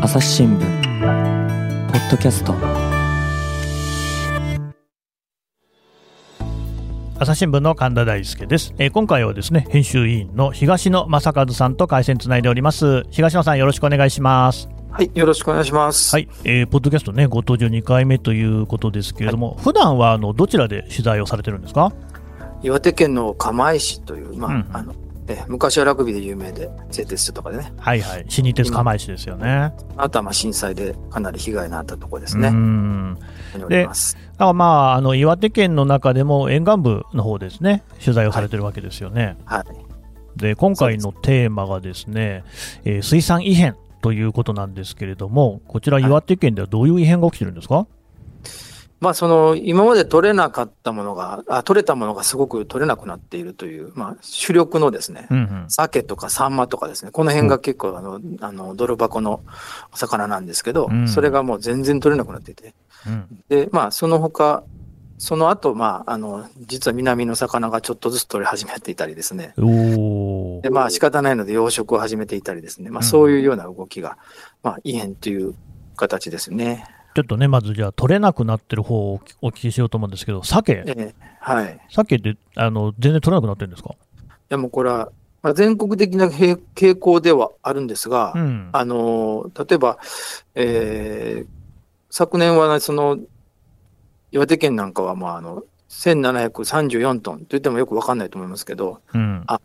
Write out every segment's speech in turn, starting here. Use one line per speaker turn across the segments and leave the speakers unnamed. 朝日新聞ポッドキャスト
朝日新聞の神田大輔です、えー今回はですね編集委員の東野正和さんと回線つないでおります東野さんよろしくお願いします
はい、よろしくお願いします。
はい、えーポッドキャストねご登場2回目ということですけれども、普段はあのどちらで取材をされてるんですか
岩手県の釜石という、ま
う
あ、
ん
あの、え昔はラグビーで有名で、製鉄所とかでね、
はいはい新日鉄釜石ですよね
あとはまあ震災でかなり被害のあったところです
う
ね。
ん
におります
あまああの岩手県の中でも沿岸部の方ですね取材をされてるわけですよね、
はい。
で今回のテーマがですね、えー水産異変ということなんですけれどもこちら岩手県ではどういう異変が起きてるんですか、
まあ、その、今まで取れなかったものが、あ、取れたものがすごく取れなくなっているという、まあ、主力のですね、
うんうん
鮭とかサンマとかですね、この辺が結構あの、あの、泥箱のお魚なんですけど、
うん
それがもう全然取れなくなっていて、
うん
で、まあ、その他、その後、まあ、あの、実は南の魚がちょっとずつ取れ始めていたりですね。
お
で、
ー
まあ、仕方ないので養殖を始めていたりですね。ま
う
あ、
ん
そういうような動きが、まあ、異変という形ですね。
ちょっとねまずじゃあ取れなくなってる方をお聞きお聞きしようと思うんですけど
え
鮭
えはい。い
鮭ってあの全然取れなくなってるんですか
や、もうこれは、まあ、全国的な傾傾向ではあるんですが、
ん
あの、例えば、えー昨年はね、その、岩手県なんかは、まあ、あの、1734トンと言ってもよくわかんないと思いますけど、
うん
あ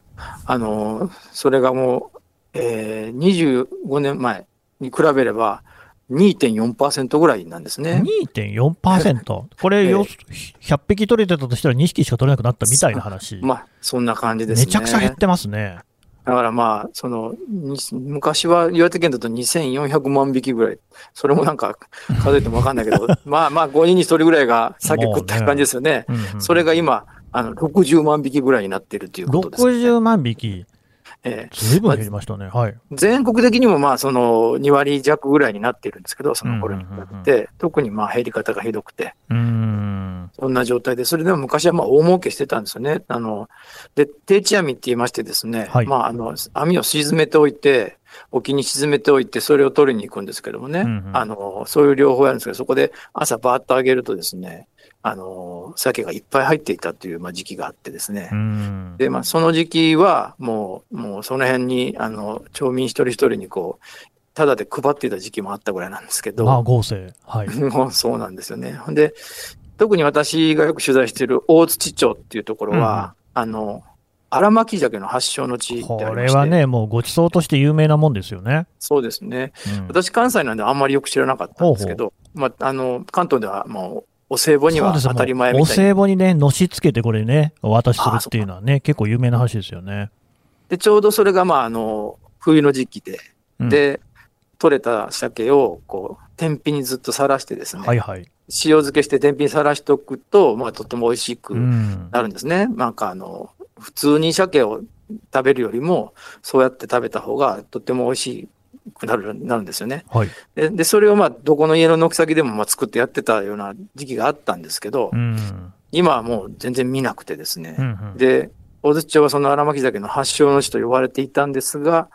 あのーそれがもう、えー、25年前に比べれば2.4%ぐらいなんですね。
2.4%、これ、
ええ
よ100匹取れてたとしたら2匹しか取れなくなったみたいな話、
まあ、そんな感じですね。
めちゃくちゃ減ってますね。
だからまあ、その、に昔は岩手県だと2400万匹ぐらい、それもなんか数えてもわかんないけ ど、まあまあ5人に1人ぐらいが酒食った感じですよね。
うんうん
それが今、あの、60万匹ぐらいになってるということです、ね。
60万匹、
ええ
ずいぶん減りましたね。はい、
全国的にもまあその2割弱ぐらいになっているんですけど、その頃に比べて、特にまあ減り方がひどくて、
うーん
そんな状態で、それでも昔はまあ大儲けしてたんですよね。あので、定置網って言いましてですね、
はい
まあ、あの網を沈めておいて、沖に沈めておいて、それを取りに行くんですけどもね、
うんうん
あのそういう両方やるんですけど、そこで朝バーッと上げるとですね、あの鮭がいっぱい入っていたというまあ時期があってですね。
うーん
で、まあ、その時期は、もう、もうその辺に、あの、町民一人一人にこう、ただで配っていた時期もあったぐらいなんですけど、
まあ合成、はい、
もうそうなんですよね。ほんで、特に私がよく取材している大槌町っていうところは、あの、荒巻鮭の発祥の地であ
こ
り
れ
まして
はね、もうごちそうとして有名なもんですよね。
そうですね。
うん
私、関西なんであんまりよく知らなかったんですけど、まあ、あの、関東ではもう、お歳暮に
そう
は
です
当たり前
もう
み
お
たいな。
歳暮にね、のしつけてこれね、お渡しするっていうのはね、結構有名な話ですよね。
で、ちょうどそれが、まあ、あの、冬の時期で、
うん、
で、取れた鮭をこう天日にずっとさらしてですね、
はいはい。
塩漬けして天日にさらしておくと、まあ、とっても美味し
う
く
ん
なるんですね。なんかあの普通に鮭を食べるよりも、そうやって食べた方がとっても美味しくなるなるんですよね。
はい。
で、でそれをまあどこの家の軒先でもまあ作ってやってたような時期があったんですけど
う、ん。
今はもう全然見なくてですね。
うんうん
で、小津町はその荒牧崎の発祥の地と呼ばれていたんですが、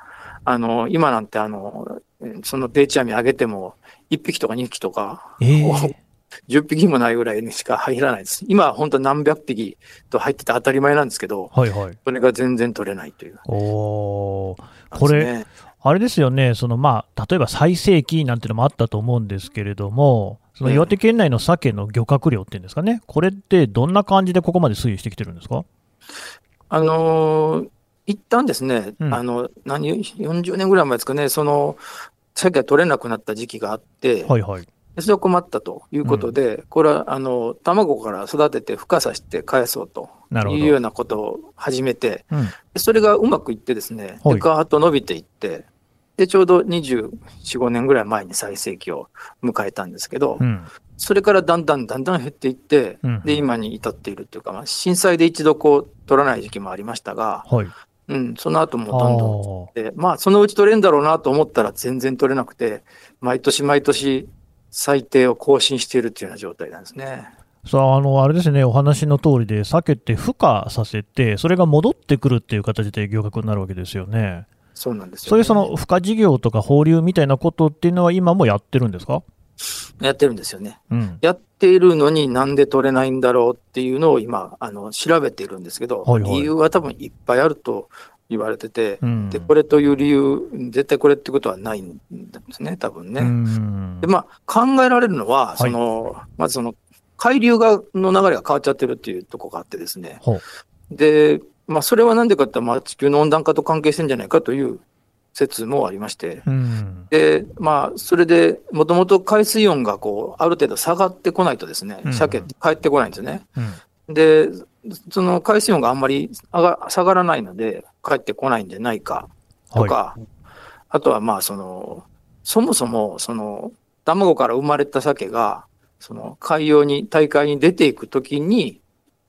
あの、今なんてあの、その定置網上げても、1匹とか2匹とか、
ええ
10匹もないぐらいにしか入らないです。今は本当何百匹と入ってて当たり前なんですけど、
はいはい。
それが全然取れないという、
おー
感
こ
じ
れ
ですね
あれですよね、そのまあ、例えば最盛期なんてのもあったと思うんですけれども、その岩手県内の鮭の漁獲量っていうんですかね、これってどんな感じでここまで推移してきてるんですか
あのー一旦ですね、
うん
あの、何、40年ぐらい前ですかね、その、鮭が取れなくなった時期があって、
はいはい。
でそれは困ったということで、これはあの卵から育てて孵化させて返そうと
なるほ
い
ど。
うようなことを始めて、
うん
でそれがうまくいってですね、
はい
でガーッと伸びていって、でちょうど24、5年ぐらい前に最盛期を迎えたんですけど、
うん
それからだんだんだんだん減っていって、
うん
で今に至っているというか、まあ、震災で一度こう取らない時期もありましたが、
はい。
うん、その後も
あ
どんどん
ー
で、まあ、そのうち取れんだろうなと思ったら全然取れなくて、毎年毎年最低を更新しているというような状態なんですね。
さあ、あの、あれですね、お話の通りで、鮭って孵化させて、それが戻ってくるっていう形で漁獲になるわけですよね。
そうなんですよ、ね。
そういうその付加事業とか放流みたいなことっていうのは今もやってるんですか
やってるんですよね。
うん。
やっているのになんで取れないんだろうっていうのを今、あの、調べているんですけど、
はいはい
理由は多分いっぱいあると言われてて、
うん、
で、これという理由、絶対これってことはないんですね、多分ね。
うん
で、まあ、考えられるのは、
い
その、まずその、海流が、の流れが変わっちゃってるっていうとこがあってですね。
ほう
で、まあ、それはなんでかって言ったら、まあ、地球の温暖化と関係してんじゃないかという説もありまして、
うん。
で、まあ、それで、もともと海水温がこう、ある程度下がってこないとですね
う、ん
鮭って帰ってこないんですよね。
うん
で、その海水温があんまり上が下がらないので、帰ってこないんじゃないかと
は
か、あとはまあ、その、そもそも、その、卵から生まれた鮭が、その海洋に、大海に出ていくときに、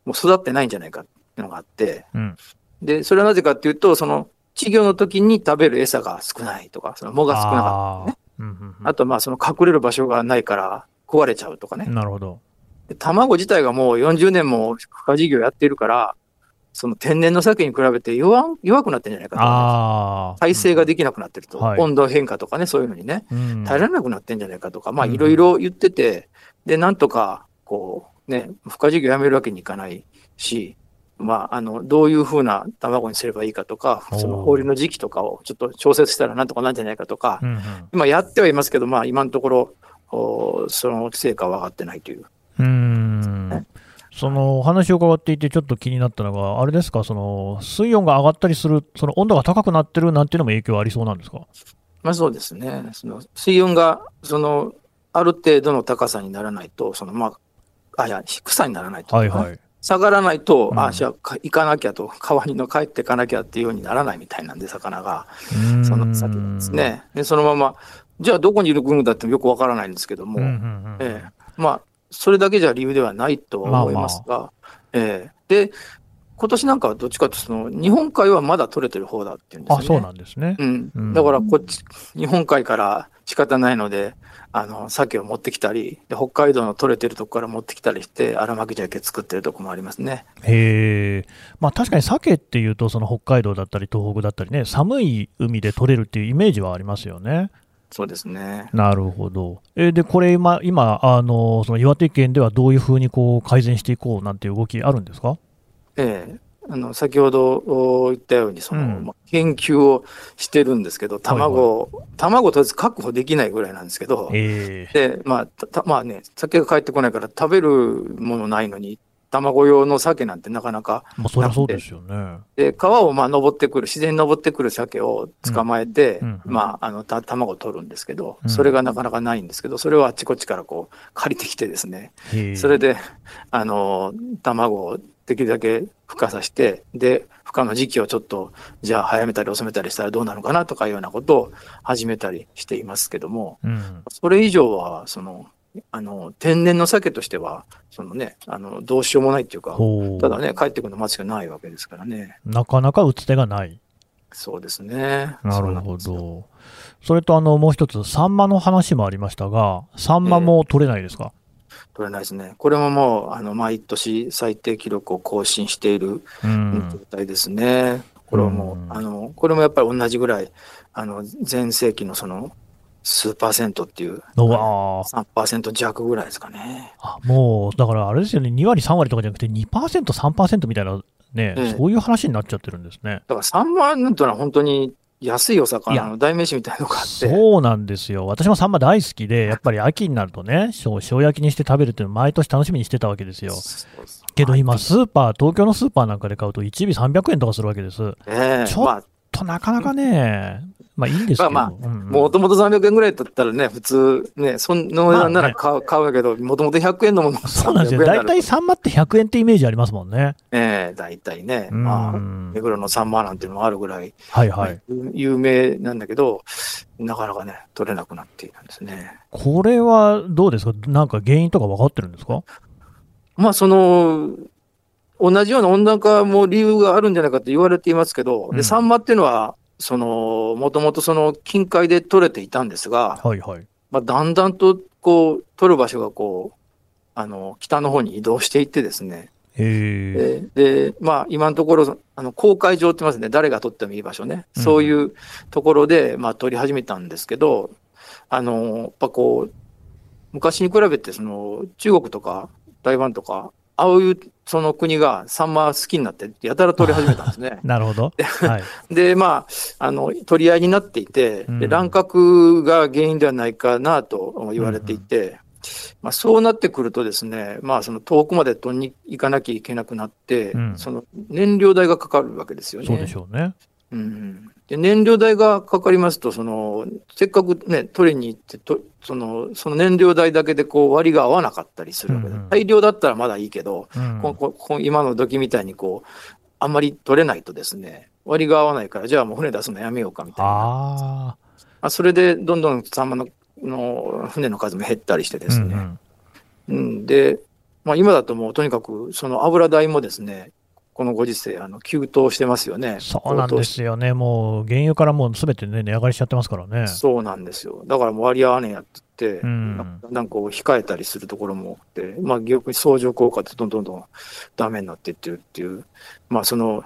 もう育ってないんじゃないかっていうのがあって、
い。うん。
で、それはなぜかっていうと、その、稚魚の時に食べる餌が少ないとか、その藻が少なかった
あーうんうんうん
あと、まあ、その隠れる場所がないから壊れちゃうとかね。
なるほど。
で卵自体がもう40年も付加事業やってるから、その天然の鮭に比べて弱ん弱くなってんじゃないかと。
ああ。
耐性ができなくなってると。
はい
温度変化とかね、そういうのにね、
うん、
耐えられなくなってんじゃないかとか、まあ、
うん
いろいろ言ってて、で、なんとか、こう、ね、付加事業やめるわけにいかないし、まあ、あの、どういうふうな卵にすればいいかとか、その
おー
放流の時期とかをちょっと調節したらなんとかなんじゃないかとか
う、んうん
今やってはいますけど、まあ、今のところ、おーその成果は上がってないという。
うーんそのお話を伺っていて、ちょっと気になったのが、あれですか、その水温が上がったりする、その温度が高くなってるなんていうのも影響はありそうなんですか
まあ、そうですね。その水温が、その、ある程度の高さにならないと、その、まあ、あ、いや、低さにならないと。
はいはい。
下がらないと、
うん
あ、じゃあ、か行かなきゃと、川にの帰っていかなきゃっていうようにならないみたいなんで、魚が、その先なんですね。で、そのまま、じゃあ、どこにいるんだってもよくわからないんですけど
う
も、
ーん。うんうんうん
ええ、まあ、それだけじゃ理由ではないとは思いますが、ええ、で、今年なんかはどっちかというとその、日本海はまだ取れてる方だっていうんですよ
あ
ね。
そうなんですね。
う
うん
ん。だから、こっち、日本海から仕方ないので、あの、鮭を持ってきたり、で北海道の取れてるとこから持ってきたりして、荒巻鮭作ってるとこもありますね。
へえ、まあ、確かに鮭っていうと、その北海道だったり、東北だったりね、寒い海で取れるっていうイメージはありますよね。
そうですね。
なるほど。えーで、これ今、今あのその岩手県ではどういうふうにこう改善していこうなんていう動きあるんですか
ええ。あの、先ほどお言ったように、その、
うん
まあ研究をしてるんですけど、卵を、卵をとりあえず確保できないぐらいなんですけど、
ええ
で、まあ、たたまあね、酒が帰ってこないから食べるものないのに、卵用の鮭なんてなかなか、
まあ、そりゃそうですよね。
で、川をまあ登ってくる、自然に登ってくる鮭を捕まえて、
うんうん
まあ、あの、た卵を取るんですけど、
うん
それがなかなかないんですけど、それをあっちこっちからこう、借りてきてですね、
へえ
それで、あの、卵をできるだけ孵化させて、で、孵化の時期をちょっと、じゃあ早めたり遅めたりしたらどうなのかなとかいうようなことを始めたりしていますけども、
うん
それ以上は、その、あの、天然の鮭としては、そのね、あの、どうしようもないっていうか、
ほう
ただね、帰ってくるの待つしかないわけですからね。
なかなか打つ手がない。
そうですね。
な
そう
る
ん
ほ
ですよ。
ど。それとあのもう一つ、サンマの話もありましたが、サンマも取れないですか、
取れないですね。これももう、あの、毎年最低記録を更新している
う
状
ん、
態ですね。これはもう、
うん
あの、これもやっぱり同じぐらい、あの、前世紀のその、数パーセントっていう、
うわー
3%弱ぐらいですかね。
あもう、だからあれですよね、2割、3割とかじゃなくて2、3%みたいな、ね
ええ
そういう話になっちゃってるんですね。
だから3万というのは本当に安いお魚の代名詞みたいなのがあって。
そうなんですよ、私もサンマ大好きで、やっぱり秋になるとね、しょう塩焼きにして食べるっていうの、毎年楽しみにしてたわけですよ。
そうそう
けど今、スーパー、東京のスーパーなんかで買うと、1尾300円とかするわけです。
ええ
ちょっ
まあ、
となかなかね、まあいいんですけど、
まあま
うんうん
もともと300円ぐらいだったらね、普通ね、そんな値段な
まあね
ら買う,、買うけど、もともと100円のものが
そうなんです
300
よ。
円だ
大体サンマって100円ってイメージありますもんね。
ええ大体ね、
うん
まあ、目黒のサンマなんていうのもあるぐらい、
はいはい。
有名なんだけど、なかなかね、取れなくなっているんですね。
これはどうですかなんか原因とか分かってるんですか
まあ、その、同じような温暖化も理由があるんじゃないかって言われていますけど、
うん
で、サンマっていうのは、その、もともとその近海で取れていたんですが、
はいはい。
まあ、だんだんとこう取る場所がこうあの北の方に移動していってですね、
へえ。
でで、まあ、今のところ、あの公海上って言いますね、誰が取ってもいい場所ね、
うん。
そういうところで、まあ、取り始めたんですけど、あのやっぱこう、昔に比べてその、中国とか台湾とか、ああいうその国がサンマ好きになって、やたら取り始めたんですね
なるほど。はい。
で、まあ、あの取り合いになっていて、
うん
で乱獲が原因ではないかなと言われていて、まあ、そうなってくると、ですね、まあ、その遠くまで取りに行かなきゃいけなくなって、
うん
その燃料代がかかるわけですよね。
そうでしょうね。
うんで燃料代がかかりますと、そのせっかく、ね、取りに行ってとその、その燃料代だけでこう割が合わなかったりするわけで、
うんうん
大量だったらまだいいけど、
うん
こここ今の時みたいにこう、あんまり取れないとですね、割が合わないから、じゃあもう船出すのやめようかみたいな。
あ
あそれで、どんどんサンマのの船の数も減ったりして
あ。
です
うんう
ね。
ん
うんで、まあ、今だともうとにかく、その油代もですね、このご時世、あの急騰してますよね。
そうなん
高騰
で
し
すよね。もう、原油からもうすべてね、値上がりしちゃってますからね。
そうなんですよ。だからもう割り合わねえやって言って、
うん
なだんだんこう控えたりするところも多くて、まあ逆に相乗効果ってどんどんどんダメになっていってるっていう、まあその、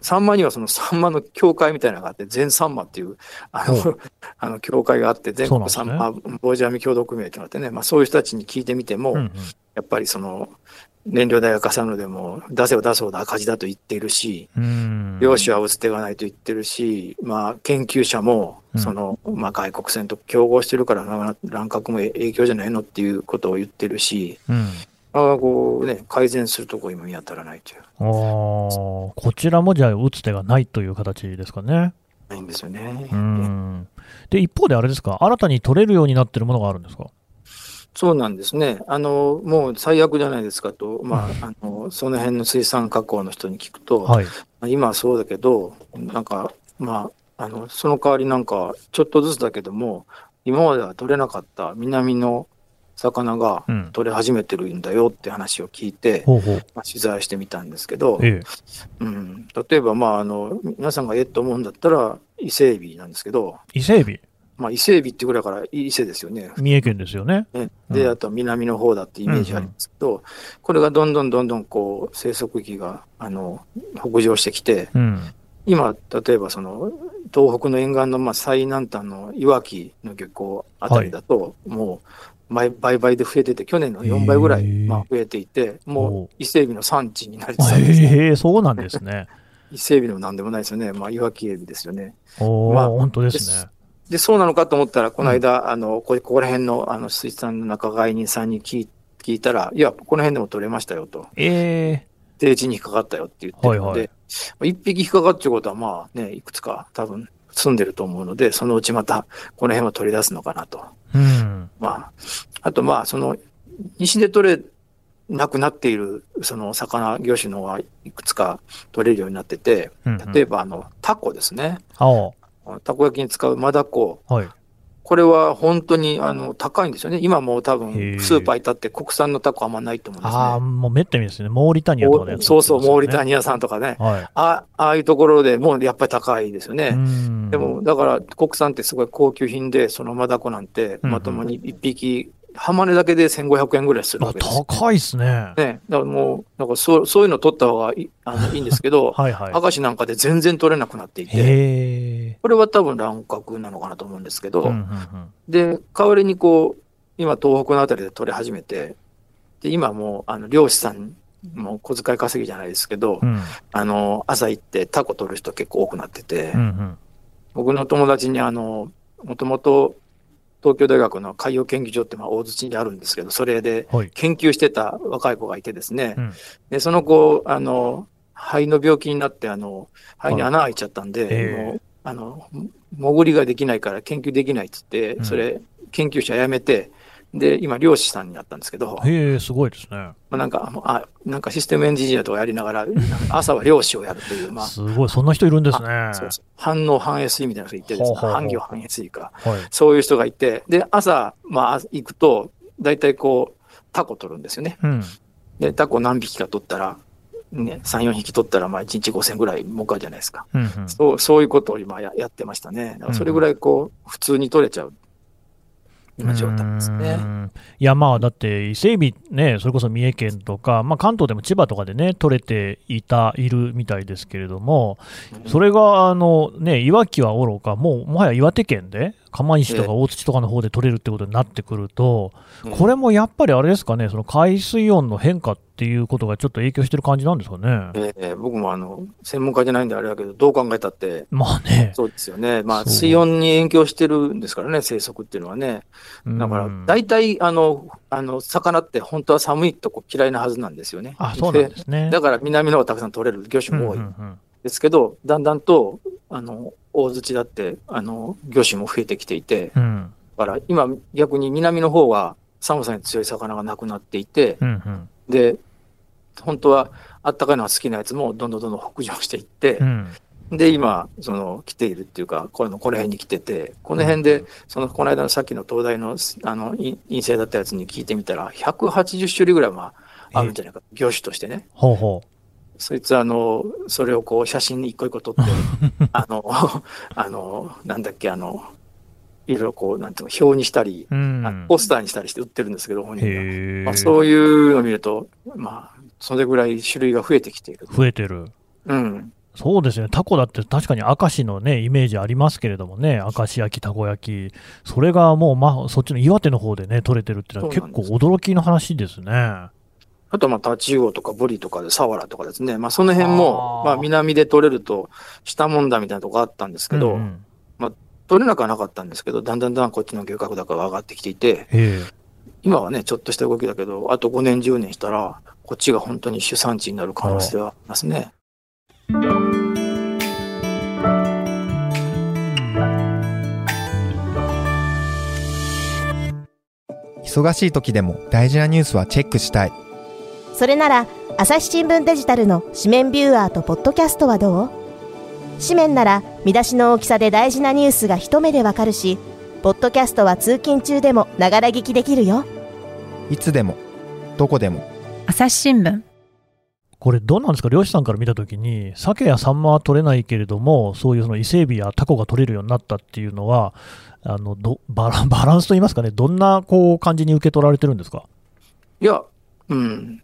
サンマにはそのサンマの協会みたいなのがあって、全サンマっていう、あの、 あの協会があって、全国
そ
サ
う
ン
な
マ、ボージャミ協同組合ってのがあってね、まあそういう人たちに聞いてみても、
うんうん
やっぱりその、燃料代がかさるのでも、出せば出すほど赤字だと言っているし、
うん
漁師は打つ手がないと言ってるし、まあ、研究者も
うん
その、まあ、外国船と競合してるからな乱獲も影響じゃないのっていうことを言ってるし、
うん
ああこうね、改善するとこ今見当たらないという、
おーこちらもじゃあ打つ手がないという形ですかね。
ないんですよね。
うんで一方で、あれですか、新たに取れるようになってるものがあるんですか。
そうなんですねあの、もう最悪じゃないですかと、ま
う
あ、あのその辺の水産加工の人に聞くと、
はい、
今はそうだけど、なんか、まあ、あの、その代わりなんか、ちょっとずつだけども、今までは取れなかった南の魚が
うん
取れ始めてるんだよって話を聞いて、
ほうほう、
まあ、取材してみたんですけど、
ええ、
うん、例えば、まあ、あの、皆さんがえっと思うんだったら、伊勢海老なんですけど、
伊勢海
まあ、伊勢海老ってぐらいから伊勢ですよね。
老、三重県ですよね。
ね
う
で、
ん
あとは南の方だってイメージありますけど、これがどんどんどんどんこう、生息域が、あの、北上してきて、
うん、
今、例えばその東北の沿岸のまあ最南端のいわきの漁港あたりだと、もう毎倍々で増えてて、去年の4倍ぐら
へ
い
ー
まあ増えていて、
お
も
う
う伊勢海老の産地になりつつあるんですね。
ええ、そうなんです ね。
伊勢海老でもなんでもないですよね、まあ、いわき海老ですよね。
おお、
まあ
本当ですね。
で、そうなのかと思ったら、この間、あのこここら辺のあの水産の仲買人さんに聞い聞いたら、いや、この辺でも取れましたよと、
え
定置に引っかかったよって言ってるの
はいは
で、一匹引っかかっちゃうことは、まあね、いくつか多分住んでると思うので、そのうちまたこの辺は取り出すのかなと。
え、うん、
まあ、あとまあ、その、西で取れなくなっている、その魚魚種のはいくつか取れるようになってて、
うん、
例え
ば、
ばあの、タコですね。
青、
たこ焼きに使うマダコ。
はい、
これは本当にあの高いんですよね。今もう多
へえ
分スーパー行ったって国産のタコあんまないと思うんですね
ああ、。もうめったにですね、モーリタニアとかのやつ、
そうそう、モーリタ
ニ
ニアさんとかね。
ア、はい、
あああいうところでもうやっぱり高いですよね。
ん
でも、だから国産ってすごい高級品で、そのマダコなんて
うん
まともに1匹、浜値だけで1500円ぐらいする
あ
わけですよ。
高いですね。はい
ね、だからもう、なんかそうそういうの取った方がいいあのいいんですけど、
はい。
明石なんかで全然取れなくなってい
へ
て、
え、
これは多分乱獲なのかなと思うんですけど、
うんうんうん
で、代わりにこう、今東北のあたりで取れ始めて、で、今もう、あの、漁師さんも小遣い稼ぎじゃないですけど、
うん、
あの、朝行ってタコ取る人結構多くなってて、
うん、うん。
僕の友達にあの、もともと東京大学の海洋研究所ってまあ大槌にあるんですけど、それで
はい。
研究してた若い子がいてですね、
うん
でその子、あの、肺の病気になって、あの、肺に穴開いちゃったんで、
ええ
もう、あの、潜りができないから研究できないっつって
う、ん
それ、研究者辞めて、で、今、漁師さんになったんですけど、ま
へえ、すごいですね。
あ、なんか、もうあ、なんかシステムエンジニアとかやりながら、朝は漁師をやるという、まあ、
すごい、そんな人いるんですね。
そうそう反応反映水みたいな人がいてです
ほう
ね、
ほうほう
反業反映水か。
はい。
そういう人がいて、で、朝、まあ、行くと、大体こう、タコ取るんですよね。
うん。
で、タコ何匹か取ったら、ね、3、4匹取ったら、まあ、1日5000ぐらい儲かるじゃないですか。
うんうん。
そう、そういうことを今ややってましたね。だからそれぐらいこう、普通に取れちゃう。今状態です
う
ね。
んいやまあだって伊勢海老ねそれこそ三重県とか、まあ、関東でも千葉とかでね取れていたいるみたいですけれどもそれがあのねいわきはおろかもうもはや岩手県で釜石とか大槌とかの方で取れるってことになってくると
うん
これもやっぱりあれですかねその海水温の変化っていうことがちょっと影響してる感じなんですかね。
ええ僕もあの専門家じゃないんであれだけど、どう考えたって、
まあね
そうですよね、まあ、
そう
水温に影響してるんですからね、生息っていうのはね。だから
うん、
大体あのあの魚って本当は寒いとこ嫌いなはずなんですよね。
あそうなんですね。
だから南の方がたくさん取れる魚種も多い
うんうんうん
ですけど、だんだんとあの大槌だってあの魚種も増えてきていて、
うん
だから今逆に南の方は寒さに強い魚がなくなっていて、
うんうん
で本当はあったかいのが好きなやつもどんどんどんどん北上していって
う、ん
で今その来ているっていうかこのこの辺に来ててこの辺でそのこの間のさっきの東大のあのい陰性だったやつに聞いてみたら180種類ぐらいはあるんじゃないか業種としてね
ほうほ
そいつあのそれをこう写真に一個一個 撮ってあの あのなんだっけあのいろいろこうなんていうの表にしたり、
う。うん
あポスターにしたりして売ってるんですけど本人が。
へえ、
まあ、そういうのを見ると、まあ、それぐらい種類が増えてきている。
増えてる。
うん。
そうですね、タコだって確かに明石のね、イメージありますけれどもね、明石焼き、たこ焼き、それがもう、まあ、そっちの岩手の方でね、取れてるっていうのは
そ
結
うな
構
んです
驚きの話ですね。
あと、まあ、タチウオとかブリとかで、サワラとかですね。まあ、その辺も
あ、ー
まあ、南で取れると、したもんだみたいなとこあったんですけ
うん
ど、
うん
取れなくはなかったんですけど、だんだんだんだんこっちの漁獲高が上がってきていて、
え
今はね、ちょっとした動きだけど、あと5年、10年したら、こっちが本当に主産地になる可能性はありますね。
忙しい時でも大事なニュースはチェックしたい
それなら朝日新聞デジタルの紙面ビューアーとポッドキャストはどう紙面なら見出しの大きさで大事なニュースが一目でわかるしポッドキャストは通勤中でもながら聞きできるよ
いつでもどこでも
朝日新聞
これ、どうなんですか、漁師さんから見たときに、鮭やサンマは取れないけれども、そういうその伊勢海老やタコが取れるようになったっていうのは、あのどバラン バランスといいますかね、どんなこう感じに受け取られてるんですか。
いや、うん。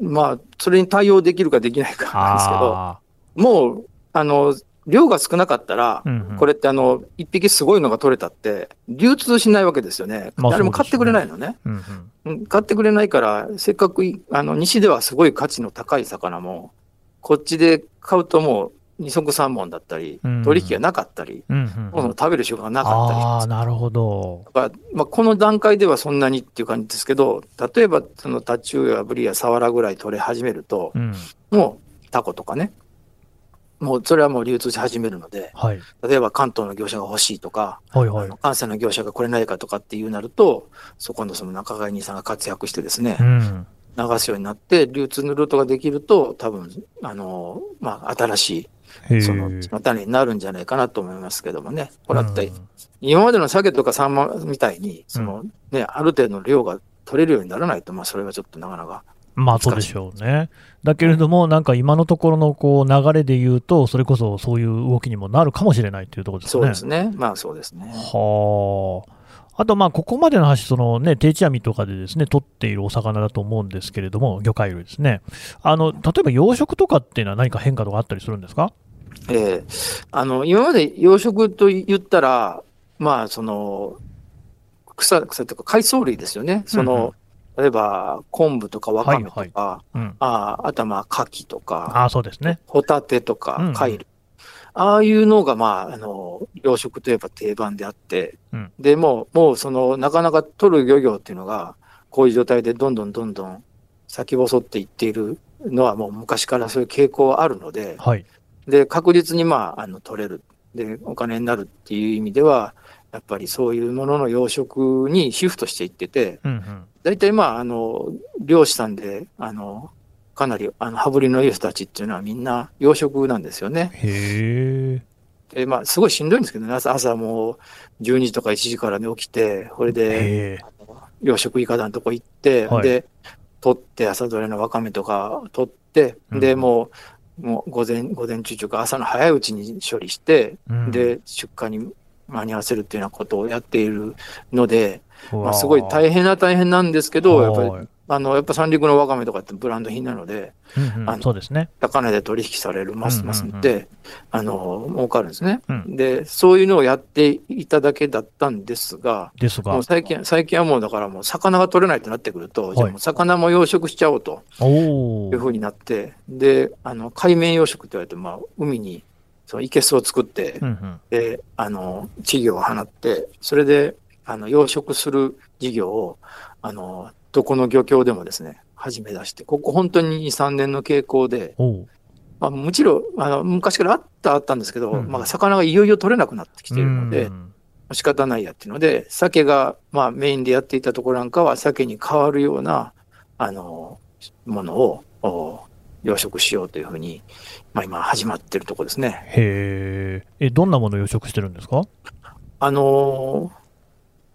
まあ、それに対応できるかできないかなんですけど、
あ
もう、あの、量が少なかったら
ー、うんうん
これってあの、一匹すごいのが取れたって、流通しないわけですよね。
まあ
誰も買ってくれないのね。
うんうん
うん買ってくれないから、せっかくい、あの、西ではすごい価値の高い魚も、こっちで買うともう、二足三本だったり
うん、
取引がなかったり、
うん
そ
うん
も
う
そ
ん
も食べる習慣がなかったり。
ああ、なるほど。
だからまあ、この段階ではそんなにっていう感じですけど、例えばそのタチウオやブリやサワラぐらい取れ始めると、
うん、
もうタコとかね、もうそれはもう流通し始めるので、
はい。
例えば関東の業者が欲しいとか、
はいはい
あの。関西の業者が来れないかとかっていうなると、そこのその仲買人さんが活躍してですね
う、ん。
流すようになって、流通のルートができると、多分あのまあ、新し
へ
い
え
そのその種になるんじゃないかなと思いますけどもね、これは一体
うん
今までの鮭とかサンマみたいに、そのね、ある程度の量が取れるようにならないと、まあ、それはちょっとなかなか、
まあそうでしょうね。だけれども、なんか今のところのこう流れで言うと、それこそそういう動きにもなるかもしれないっていうところですね。
そうですね、まあそうですね。
はあ。あと、まあ、ここまでの話、そのね、定置網とかでですね、取っているお魚だと思うんですけれども、魚介類ですね。あの、例えば養殖とかっていうのは何か変化とかあったりするんですか
ええあの今まで養殖と言ったら、まあその草草というか海藻類ですよね。その、例えば昆布とかわかめとか、
はいうん。
ああとはまあ牡蠣とか
ああ、そうですね。
ホタテと
うんう
か
ん
貝類、ああいうのがまああの養殖といえば定番であって、
うん
でもうもうそのなかなか取る漁業っていうのがこういう状態でどんどんどんどん先細っていっているのはもう昔からそういう傾向はあるので。
はい。
で、確実にまあ、あの、取れる。で、お金になるっていう意味では、やっぱりそういうものの養殖にシフトしていってて、
うんうん。
大体まあ、あの、漁師さんで、あの、かなり、あの、羽振りのいい人たちっていうのはみんな養殖なんですよね。
へえ。
で、まあ、すごいしんどいんですけどね。朝朝もう12時とか1時からね、起きて、これで
へえ。
養殖いかだのとこ行って、
はい
で、取って、朝どれのわかめとか取って、
う
で、
ん
もう、もう午前、午前中というか朝の早いうちに処理して、
うん、
で、出荷に間に合わせるっていうようなことをやっているので、ま
ま
あ、すごい大変な大変なんですけど、やっぱり
り、
あの、やっぱ三陸のわかめとかってブランド品なので、
うん
あ
うん、
の
そうですね。
高値で取引されるますます
うんうんうん
で、あの、儲かるんですね。
うん
で、そういうのをやっていただけだったんですが、
です
も
が
う、最近、最近はもうだからもう魚が取れないとなってくると、
い
じゃあもう魚も養殖しちゃおうと
おお
いうふうになって、で、あの、海面養殖って言われて、まあ、海に、その、いけすを作って
う、んうん
で、あの、稚魚を放って、それで、あの、養殖する事業を、あの、どこの漁協でもですね、始め出して、ここ本当に2、3年の傾向で、
おう
まあ、もちろん、あの、昔からあったあったんですけど、
うん
まあ、魚がいよいよ取れなくなってきているので、
うん
仕方ないやっていうので、鮭が、まあ、メインでやっていたところなんかは、鮭に変わるような、あの、ものを、お養殖しようというふうに、まあ、今始まってるところですね。
へえ。え、どんなものを養殖してるんですか
あのー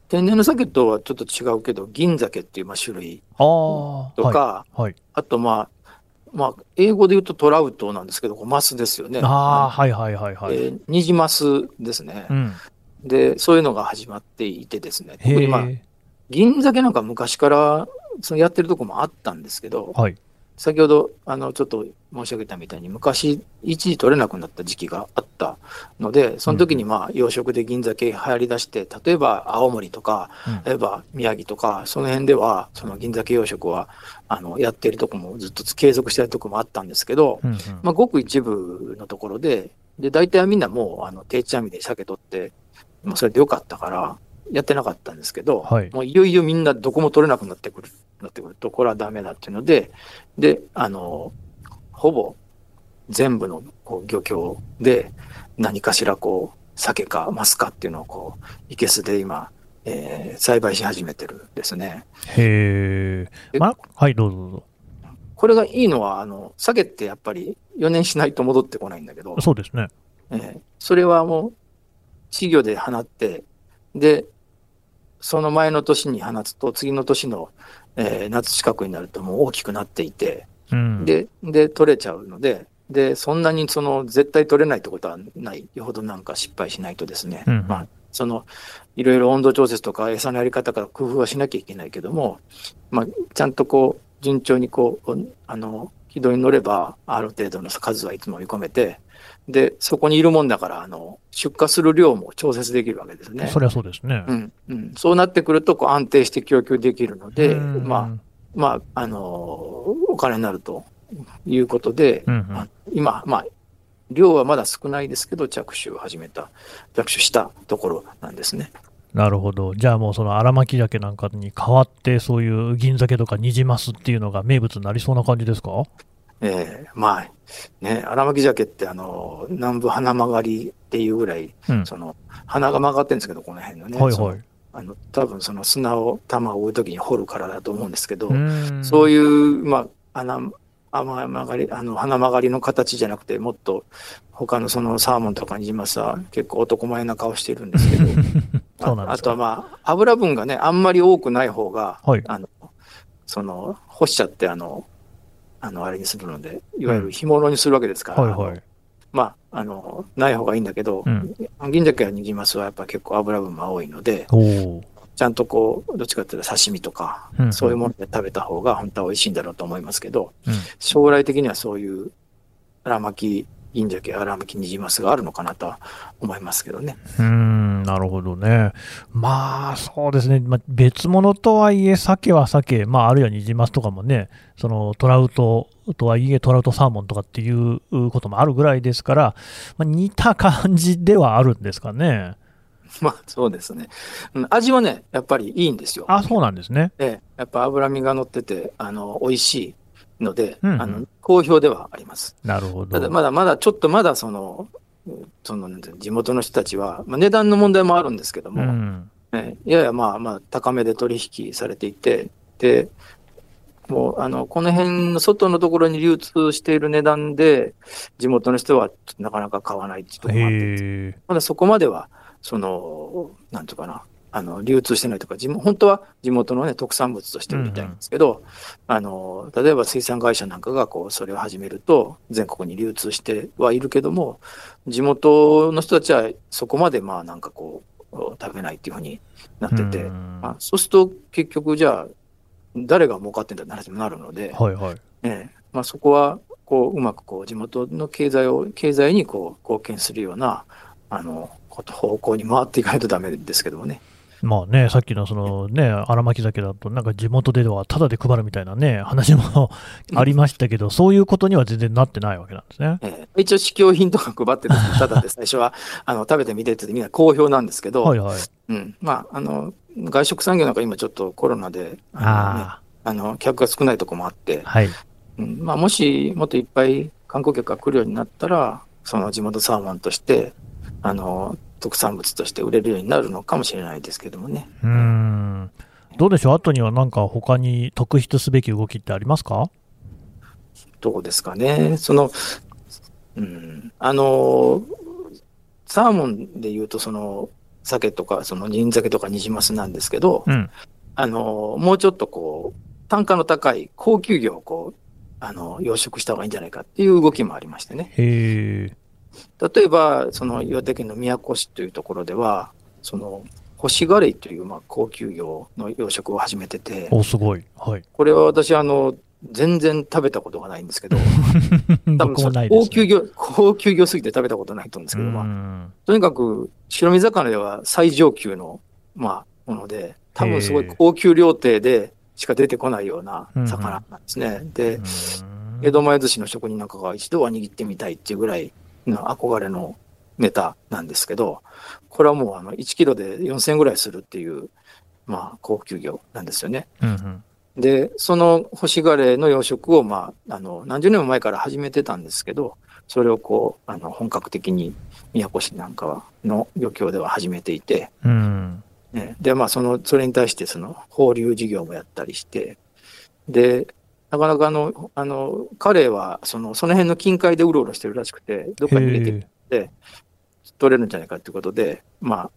天然の鮭とはちょっと違うけど、銀鮭っていうまあ種類
ああ。
とか、
はい。はい。
あとまあ、まあ、英語で言うとトラウトなんですけど、こうマスですよね。
ああ、はいはいはいはい。
えーニジマスですね
う、ん。
で、そういうのが始まっていてですね、特
へ
に
え。
まあ、銀鮭なんか昔からそのやってるとこもあったんですけど、
はい。
先ほどあのちょっと申し上げたみたいに、昔、一時取れなくなった時期があったので、その時にまあ養殖で銀鮭流行り出して、例えば青森とか
うん、
例えば宮城とか、その辺では、その銀鮭養殖はあのやってるとこもずっと継続してるとこもあったんですけど、
うんうん
まあ、ごく一部のところで、で大体はみんなもうあの定置網で鮭取って、もうそれでよかったから、やってなかったんですけど、
はい
もういよいよみんなどこも取れなくなってくる、なってくると、これはダメだっていうので、で、あの、ほぼ全部のこう漁協で何かしらこう、鮭かマスかっていうのをこう、いけすで今、えー栽培し始めてるんですね。
へえ。
え
まあ、はい、どうぞどうぞ。
これがいいのは、あの、鮭ってやっぱり4年しないと戻ってこないんだけど、
そうですね。
えーそれはもう、稚魚で放って、で、その前の年に放つと、次の年の、えー夏近くになるともう大きくなっていて、
うん。
で、で、取れちゃうので、で、そんなにその、絶対取れないってことはない。よほどなんか失敗しないとですね。
うん
まあ、その、いろいろ温度調節とか餌のやり方から工夫はしなきゃいけないけども、まあ、ちゃんとこう、順調にこう、おあの、軌道に乗れば、ある程度の数はいつも見込めて、で、そこにいるもんだから、あの、出荷する量も調節できるわけですね
そ。りゃそうですね
う。ん、うん。そうなってくると、こう、安定して供給できるので、
うん
まあ、まあ、あのーお金になるということで、
うん
あ今、まあ、量はまだ少ないですけど、着手を始めた、着手したところなんですね。
なるほど。じゃあもうその荒巻鮭なんかに代わって、そういう銀鮭とかニジマスっていうのが名物になりそうな感じですか
えーまあ、ね、荒巻鮭って、あのー南部花曲がりっていうぐらい、
うん。
その、鼻が曲がってるんですけど、この辺のね。
はい
そ
は
の
い。
あの、多分その砂を、玉を追うときに掘るからだと思うんですけど、
うん
そういう、まあ、穴、甘曲がり、あの、花曲がりの形じゃなくて、もっと、他のそのサーモンとかニジマスは結構男前な顔してるんですけど、
そうなんですか
ああとはまあ、油分がね、あんまり多くない方が、
はい
あの、その、干しちゃって、あの、あの、あれにするので、いわゆる干物にするわけですから、
はいはい。
まあ、あの、ない方がいいんだけど、
うん
銀鮭やニジマスはやっぱ結構油分が多いので、
おお。
ちゃんとこう、どっちかっていうと刺身とか、
うん
そういうもので食べた方が本当は美味しいんだろうと思いますけど、
うん
将来的にはそういう荒巻銀鮭、荒巻ニジマスがあるのかなとは思いますけどね。
うーん、なるほどね。まあ、そうですね。まあ、別物とはいえ、鮭は鮭、まあ、あるいはニジマスとかもね、そのトラウトとはいえ、トラウトサーモンとかっていうこともあるぐらいですから、まあ、似た感じではあるんですかね。
まあそうですね。うん味はね、やっぱりいいんですよ。
あ、そうなんですね。
ええやっぱ脂身が乗ってて、あの、美味しいので、
うんうん
あの、好評ではあります。
なるほど。
ただまだまだちょっとまだその、うんそのなんていうの地元の人たちは、まあ、値段の問題もあるんですけども、
うん、
ええややまあまあ高めで取引されていて、で、もうあの、この辺の外のところに流通している値段で、地元の人はちょっとなかなか買わないっていうところもあって、
へえ。
まだそこまでは、その、なんとかな、あの、流通してないとか、地元本当は地元のね、特産物として売りたいんですけど、あの、例えば水産会社なんかがこう、それを始めると、全国に流通してはいるけども、地元の人たちはそこまでまあなんかこう、食べないっていうふうになってて、
うん
あそうすると結局じゃあ、誰が儲かってんだって話にもなるので、
はいはい。
ええまあ、そこはこううまくこう地元の経済を経済にこう貢献するようなあのこと方向に回っていかないとダメですけどもね。
まあね、さっきのそのね、荒牧酒だと、なんか地元ではタダで配るみたいなね、話 もありましたけど、そういうことには全然なってないわけなんですね。
ええ一応試供品とか配ってるん ですけどただで最初はあの食べてみてってみんな好評なんですけど、
はいはい。
うん、まああの外食産業なんか今ちょっとコロナであのね、
あ
あの客が少ないとこもあって
あ、、はい。
うんまあ、もしもっといっぱい観光客が来るようになったらその地元サーモンとしてあの特産物として売れるようになるのかもしれないですけどもね。
うーん。どうでしょう後にはなんか他に特筆すべき動きってありますか
どうですかね。その、うん、あの、サーモンで言うと、その、鮭とか、その、銀鮭とかニジマスなんですけど、
うん。
あの、もうちょっとこう、単価の高い高級魚をこう、あの、養殖した方がいいんじゃないかっていう動きもありましてね。
へえ。
例えば、その、岩手県の宮古市というところでは、その、ホシガレイという、まあ、高級魚の養殖を始めてて、
お、すごい。はい。
これは私、あの、全然食べたことがないんですけど、多分
僕もないです、ね。
高級魚、 高級魚すぎて食べたことないと思うんですけど、まあ、
うん
とにかく白身魚では最上級の、まあ、もので、多分すご
へ
い
え
高級料亭でしか出てこないような魚なんですね。
う
で、
ん
江戸前寿司の職人なんかが一度は握ってみたいっていうぐらいの憧れのネタなんですけど、これはもうあの1キロで4000円ぐらいするっていう、まあ、高級魚なんですよね。
うんうん
で、そのホシガレの養殖を、まあ、あの、何十年も前から始めてたんですけど、それをこう、あの、本格的に宮古市なんかは、の漁協では始めていて、
うん。
ね、で、まあ、その、それに対して、その、放流事業もやったりして、で、なかなかあの、あの、彼は、その、その辺の近海でうろうろしてるらしくて、どっかに入れて
へえ
取れるんじゃないかということで、ま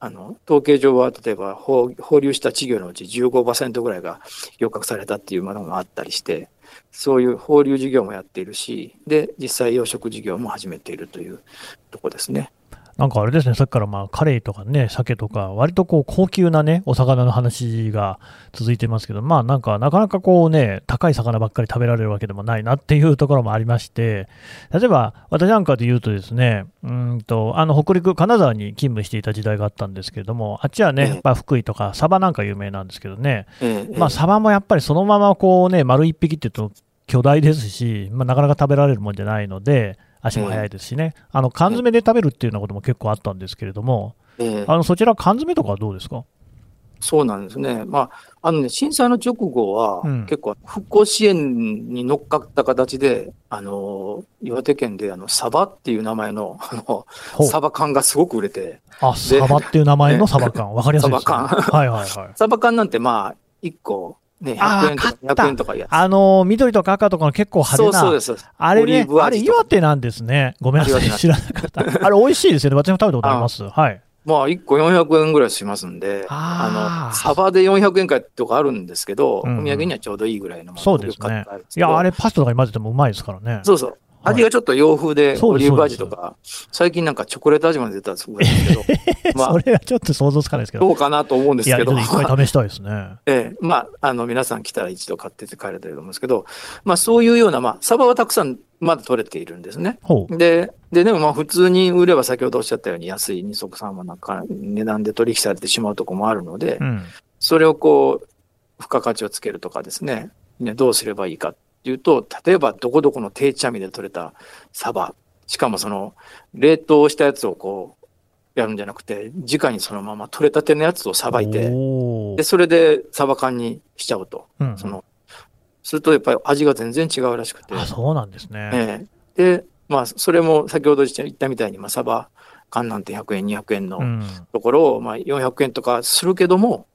あ、あの統計上は例えば放放流した稚魚のうち15%ぐらいが漁獲されたっていうものがあったりしてそういう放流事業もやっているしで実際養殖事業も始めているというとこですね。
なんかあれですね、さっきからまあカレイとかね、鮭とか、割とこう高級なね、お魚の話が続いてますけど、まあなんか、なかなかこうね、高い魚ばっかり食べられるわけでもないなっていうところもありまして、例えば私なんかで言うとですね、うーんと、あの北陸、金沢に勤務していた時代があったんですけれども、あっちはね、
ええ
やっぱ福井とか、サバなんか有名なんですけどね、
ええ
まあ、サバもやっぱりそのままこうね、丸一匹って言うと巨大ですし、まあ、なかなか食べられるもんじゃないので、足も速いですしね、あの缶詰で食べるっていうようなことも結構あったんですけれども、
ええ
あのそちら、缶詰とかはどうですか
そうなんですね。まあ、あのね、震災の直後は、
うん
結構復興支援に乗っかった形で、あの、岩手県で、あの、サバっていう名前の、あの、
ほう
サバ缶がすごく売れて、
あサバっていう名前のサバ缶、わかりやすいです、ね。
サバ
はいはいはい。
サバ缶なんてまあ、1個、ね、
あー
100円と
買
か
った
200円とかいうやつ。
あの緑とか赤とかの結構派
そ
手
う
な、
そうです。そうです
あれ
オリ
ね
ー、ブ
あれ
味とか
岩手なんですね。ごめんなさい、
岩手
知らなかった。あれ美味しいですよね、私も食べたことあります。はい。
まあ、1個400円ぐらいしますんで、
あー
あの、サバで400円かとかあるんですけど、
うんうん
お土産にはちょうどいいぐらいのもの
そうです
買っ
ね
てあるんで。
い
すけど
や、あれパスタとかに混ぜてもうまいですからね。
そうそう。
はい
味がちょっと洋風で、
そう
オ
で
リ
す
ーブ味とか、最近なんかチョコレート味まで出たらすごいです けど、ま
そ
あ、
れはちょっと想像つかないですけど。
どうかなと思うんで
い
す
や、
け
ちょ
ど
っと、一回試したいですね。
ええ、まあ、あの、皆さん来たら一度買ってって帰れたらいいと思うんですけど、まあ、そういうような、まあ、サバはたくさんまだ取れているんですね。
ほう。
で、で、でもまあ普通に売れば先ほどおっしゃったように安い二足三もなんか値段で取引されてしまうとこもあるので
う、ん。
それをこう、付加価値をつけるとかですね、ねどうすればいいかっていうと、例えばどこどこの定置網で取れたサバ、しかもその冷凍したやつをこう、やるんじゃなくて、直にそのまま取れたてのやつをさばいて、
おー
で、それでサバ缶にしちゃうと。
うん
その、するとやっぱり味が全然違うらしくて。
あ、そうなんですね。
ええで、まあ、それも先ほど言ったみたいに、まあ、サバ缶なんて100円、200円
う
の
ん。
ところを、まあ、400円とかするけども、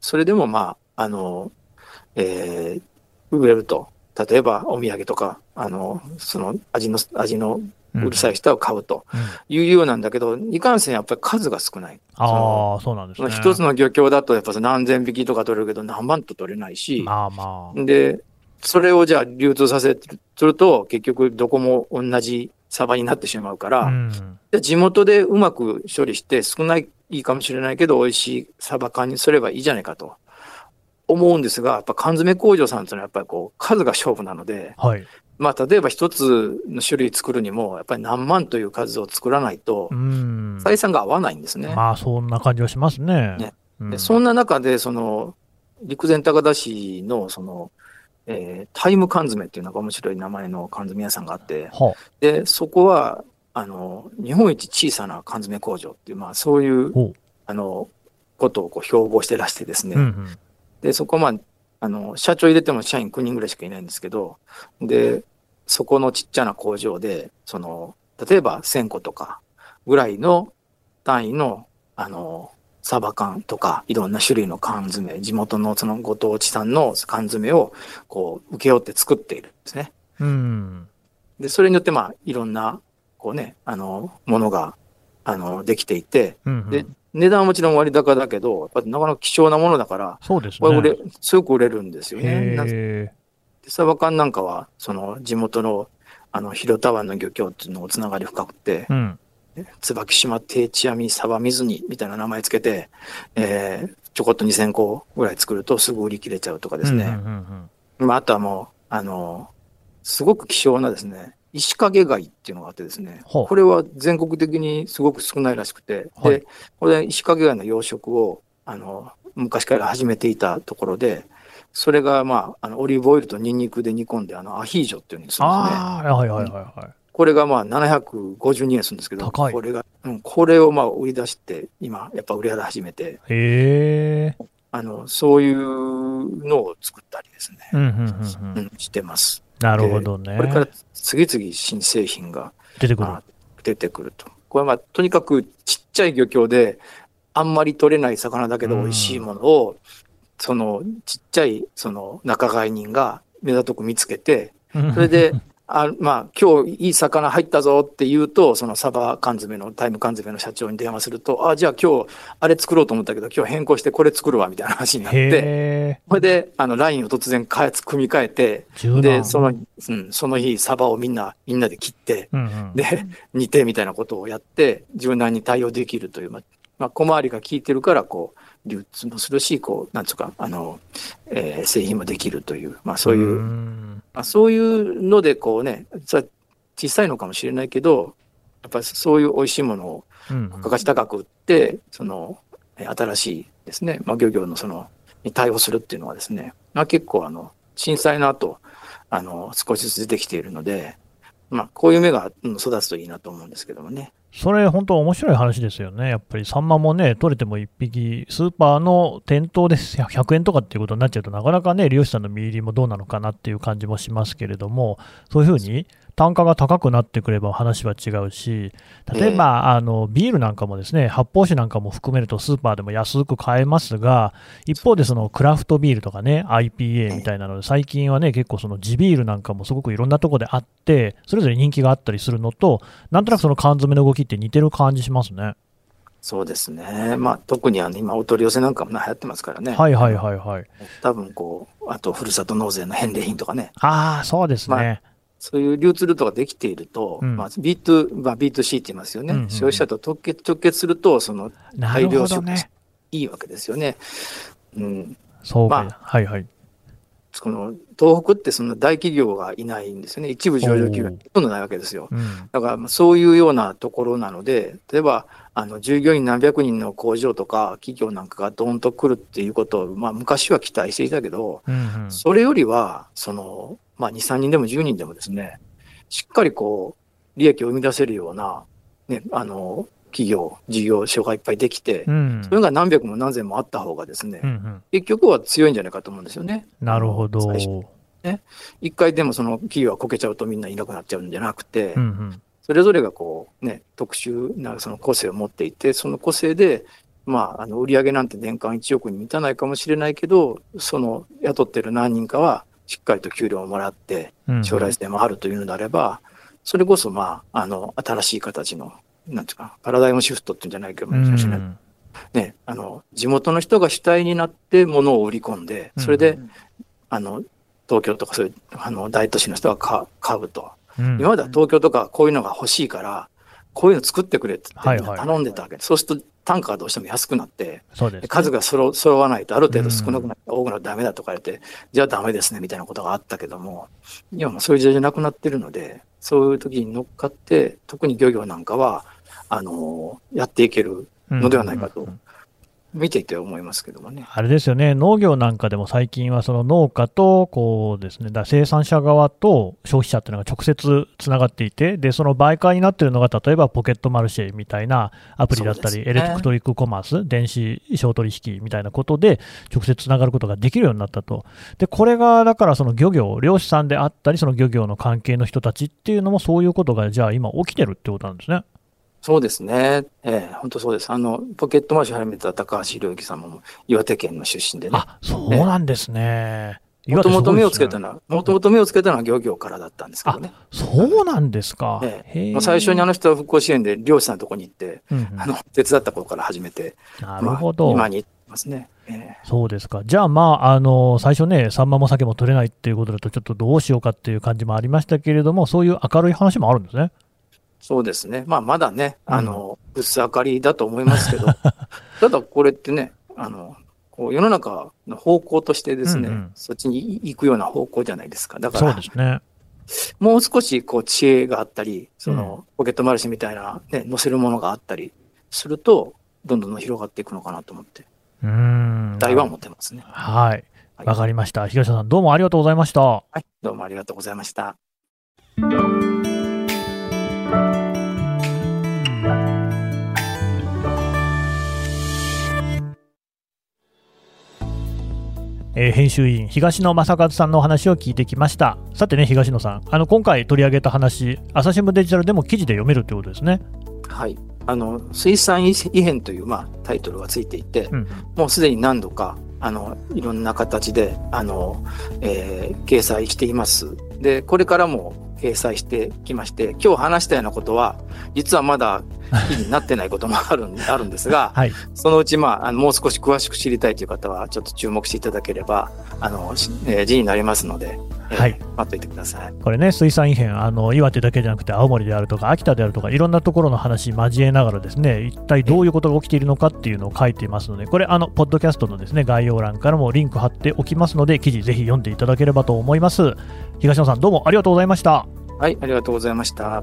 それでも、まあ、あの、えー売れると。例えば、お土産とか、あの、その、味の、味の
うん
うるさい人は買うというようなんだけど、いかんせんやっぱり数が少ない。
ああ、そうなんです
その
ね。
一つの漁協だとやっぱその何千匹とか取れるけど何万と取れないし、
まあまあ。
で、それをじゃあ流通させるすると結局どこも同じサバになってしまうから、
うん
で地元でうまく処理して少ないいいかもしれないけど美味しいサバ缶にすればいいじゃないかと思うんですがやっぱ缶詰工場さんというのはやっぱりこう数が勝負なので、
はい。
まあ、例えば一つの種類作るにもやっぱり何万という数を作らないと
うん。
採算が合わないんですね。
まあ、そんな感じはしますね。
ね
うん
でそんな中でその陸前高田市のその、えータイム缶詰っていうのが面白い名前の缶詰屋さんがあって
は
で、そこは、あの、日本一小さな缶詰工場っていう、まあ、そういう
ほう、
あの、ことをこう標榜してらしてですね。
うんうん
で、そこまあ、あの、社長入れても社員9人ぐらいしかいないんですけど、で、そこのちっちゃな工場で、その、例えば1000個とかぐらいの単位の、あの、サバ缶とか、いろんな種類の缶詰、地元のそのご当地産の缶詰を、こう、請け負って作っているんですね。
うん。
で、それによって、まあ、いろんな、こうね、あの、ものが、あの、できていて、
うんうん
で値段はもちろん割高だけど、やっぱりなかなか貴重なものだから、
そうです
こ
ね。
れ売れ、すごく売れるんですよね。なんで、
へえ。
サバ缶なんかは、その、地元の、あの、広田湾の漁協っていうのをつながり深くて、
うん。
椿島定置網サバ水煮みたいな名前つけて、えー、ちょこっと2000個ぐらい作るとすぐ売り切れちゃうとかですね。
うんうんうん
まあ、あとはもう、あの、すごく希少なですね、石影貝っていうのがあってですね、
ほう
これは全国的にすごく少ないらしくて、
はい
で、これ石影貝の養殖を、あの、昔から始めていたところで、それが、まあ、あの、オリーブオイルとニンニクで煮込んで、あの、アヒージョっていうんですよね。
ああ、はいはいはいはい。
これが、まあ、752円するんですけど、
高い
これが、うん、これを、まあ、売り出して、今、やっぱ売り出し始めて、
へえ。
あの、そういうのを作ったりですね、
うんうんうんう。
うんん、してます。
なるほどね
こ。れから次々新製品が
出てくる。
まあ出てくると。これはまあとにかくちっちゃい漁協で、あんまり取れない魚だけど
うん
美味しいものを、そのちっちゃいその仲買人が目立とく見つけて、そ れで、あまあ、今日いい魚入ったぞって言うと、そのサバ缶詰の、タイム缶詰の社長に電話すると、あ、じゃあ今日あれ作ろうと思ったけど、今日変更してこれ作るわ、みたいな話になっ
へ
て、
え。
それで、あの、ラインを突然変え、組み替えて、
柔
で、
軟。
その、うん、その日、サバをみんな、みんなで切って、
うんうん
で、煮てみたいなことをやって、柔軟に対応できるという、まあ、まあ、小回りが効いてるから、こう、流通もするし、こう、なんつうか、あの、えー製品もできるという、まあ、そういう、
ん
まあ、そういうので、こうね、さ小さいのかもしれないけど、やっぱりそういう美味しいものを
うんうん
価格高く売って、その、えー新しいですね、まあ、漁業のその、に対応するっていうのはですね、まあ、結構あの、震災の後、あの、少しずつ出てきているので、まあ、こういう芽がうん育つといいなと思うんですけどもね。
それ、本当面白い話ですよね。やっぱりサンマもね、取れても1匹、スーパーの店頭で100円とかっていうことになっちゃうとなかなかね、漁師さんの身入りもどうなのかなっていう感じもしますけれども、そういうふうに単価が高くなってくれば話は違うし、例えば、あのビールなんかもですね、発泡酒なんかも含めるとスーパーでも安く買えますが、一方でそのクラフトビールとかね、IPA みたいなので、最近はね、結構その地ビールなんかもすごくいろんなとこであって、それぞれ人気があったりするのと、なんとなくその缶詰の動きって似てる感じしますね。
そうですね。まあ、特にあの、今、お取り寄せなんかもね流行ってますからね。
はいはいはいはい。
多分こう、あと、ふるさと納税の返礼品とかね、
ああ、そうですね。
そういう流通ルートができていると、
うん
まあ、B2、まあ、B2C って言いますよね。
うんうんうん
消費者と直結直結すると、その、
なるほどね。
いいわけですよね。うん。
そうか、
ま
はいはい。
この東北ってそんな大企業がいないんですよね。一部上場企業が
お
ほ
ー
とんどないわけですよ。
うん。
だからまあそういうようなところなので、例えばあの従業員何百人の工場とか企業なんかがドーンと来るっていうことを、まあ、昔は期待していたけど、
うんうん、
それよりはその、まあ、2、3人でも10人でもですね、しっかりこう利益を生み出せるような、ね、あの企業、事業所がいっぱいできて、
うん
それが何百も何千もあった方がですね、
うんうん
結局は強いんじゃないかと思うんですよね。
なるほど。
最初一回でもその企業がこけちゃうとみんないなくなっちゃうんじゃなくて、
うんうん
それぞれがこうね、特殊なその個性を持っていて、その個性で、まあ、あの売り上げなんて年間1億に満たないかもしれないけど、その雇ってる何人かはしっかりと給料をもらって、
うんうん
将来性もあるというのであれば、それこそまあ、あの、新しい形の、なんていうか、パラダイムシフトっていうんじゃないけど、
うん
もしかしたらね、あの、地元の人が主体になって物を売り込んで、それで、あの、東京とかそういう、あの、大都市の人がか買うと。
うん
今までは東京とかこういうのが欲しいから、こういうの作ってくれって言
はい
って
はい
頼んでたわけで、そうすると単価がどうしても安くなって、
そうですね、
数が揃揃わないと、ある程度少なくなって、多くなるとダメだとか言って、じゃあダメですねみたいなことがあったけども、今もうそういう時代じゃなくなってるので、そういう時に乗っかって、特に漁業なんかは、あのやっていける、のではないかと
うんうんうん
見ていて思いますけどもね。
あれですよね、農業なんかでも最近はその農家とこうです、ね、だ生産者側と消費者っていうのが直接つながっていて、でその媒介になっているのが、例えばポケットマルシェみたいなアプリだった
そう
り、
です
エ
ね
レクトリックコマース、電子商取引みたいなことで、直接つながることができるようになったと、でこれがだからその漁業、漁師さんであったり、その漁業の関係の人たちっていうのも、そういうことがじゃあ、今、起きてるってことなんですね。
そうですね。ええ、本当そうです。あの、ポケットマーシュ始めた高橋博之さんも岩手県の出身でね。
あそうなんですね。
もともと目をつけた
の
のは、もともと目をつけたのは漁業からだったんですけどね。
そうなんですか。
ええ
へえ
まあ最初にあの人は復興支援で漁師さんのとこに行って、
うんうん
あの、手伝った頃から始めて、
なるほど、
まあ今に行ってますね。ええ
そうですか、じゃあ、まああの、最初ね、サンマも酒も取れないっていうことだと、ちょっとどうしようかっていう感じもありましたけれども、そういう明るい話もあるんですね。
そうですね。まあまだね、あの、薄明かりだと思いま すけど、ただこれってね、あの、こう世の中の方向としてですね、
うんうん
そっちに行くような方向じゃないですか。だか
そう
ら
で、すね。
もう少しこう知恵があったり、そのポケットマルシェみたいなね、載せるものがあったりすると、どんどんどん広がっていくのかなと思って、
うーん。
台湾持ってますね。
はい。
はい
わかりました。東野さん、どうもありがとうございました。
はい、どうもありがとうございました。
えー編集委員東野正和さんのお話を聞いてきましたさてね東野さんあの今回取り上げた話朝日新聞デジタルでも記事で読めるということですね
はい。あの、水産異変という、まあ、タイトルがついていて、
うん
もうすでに何度か、あの、いろんな形で、あの、えー掲載しています。で、これからも掲載してきまして、今日話したようなことは、実はまだ記事になってないことも あるんあるんですが、
はい
そのうち、まあ、あのもう少し詳しく知りたいという方は、ちょっと注目していただければ、あの、しえー字になりますので、えー
はい
待っといてください。
これね、水産異変、あの岩手だけじゃなくて、青森であるとか、秋田であるとか、いろんなところの話交えながら、ですね一体どういうことが起きているのかっていうのを書いていますので、これ、あのポッドキャストのですね概要欄からもリンク貼っておきますので、記事、ぜひ読んでいただければと思います。東野さん、どうもありがとうございました。
はい、ありがとうございました。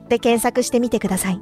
で検索してみてください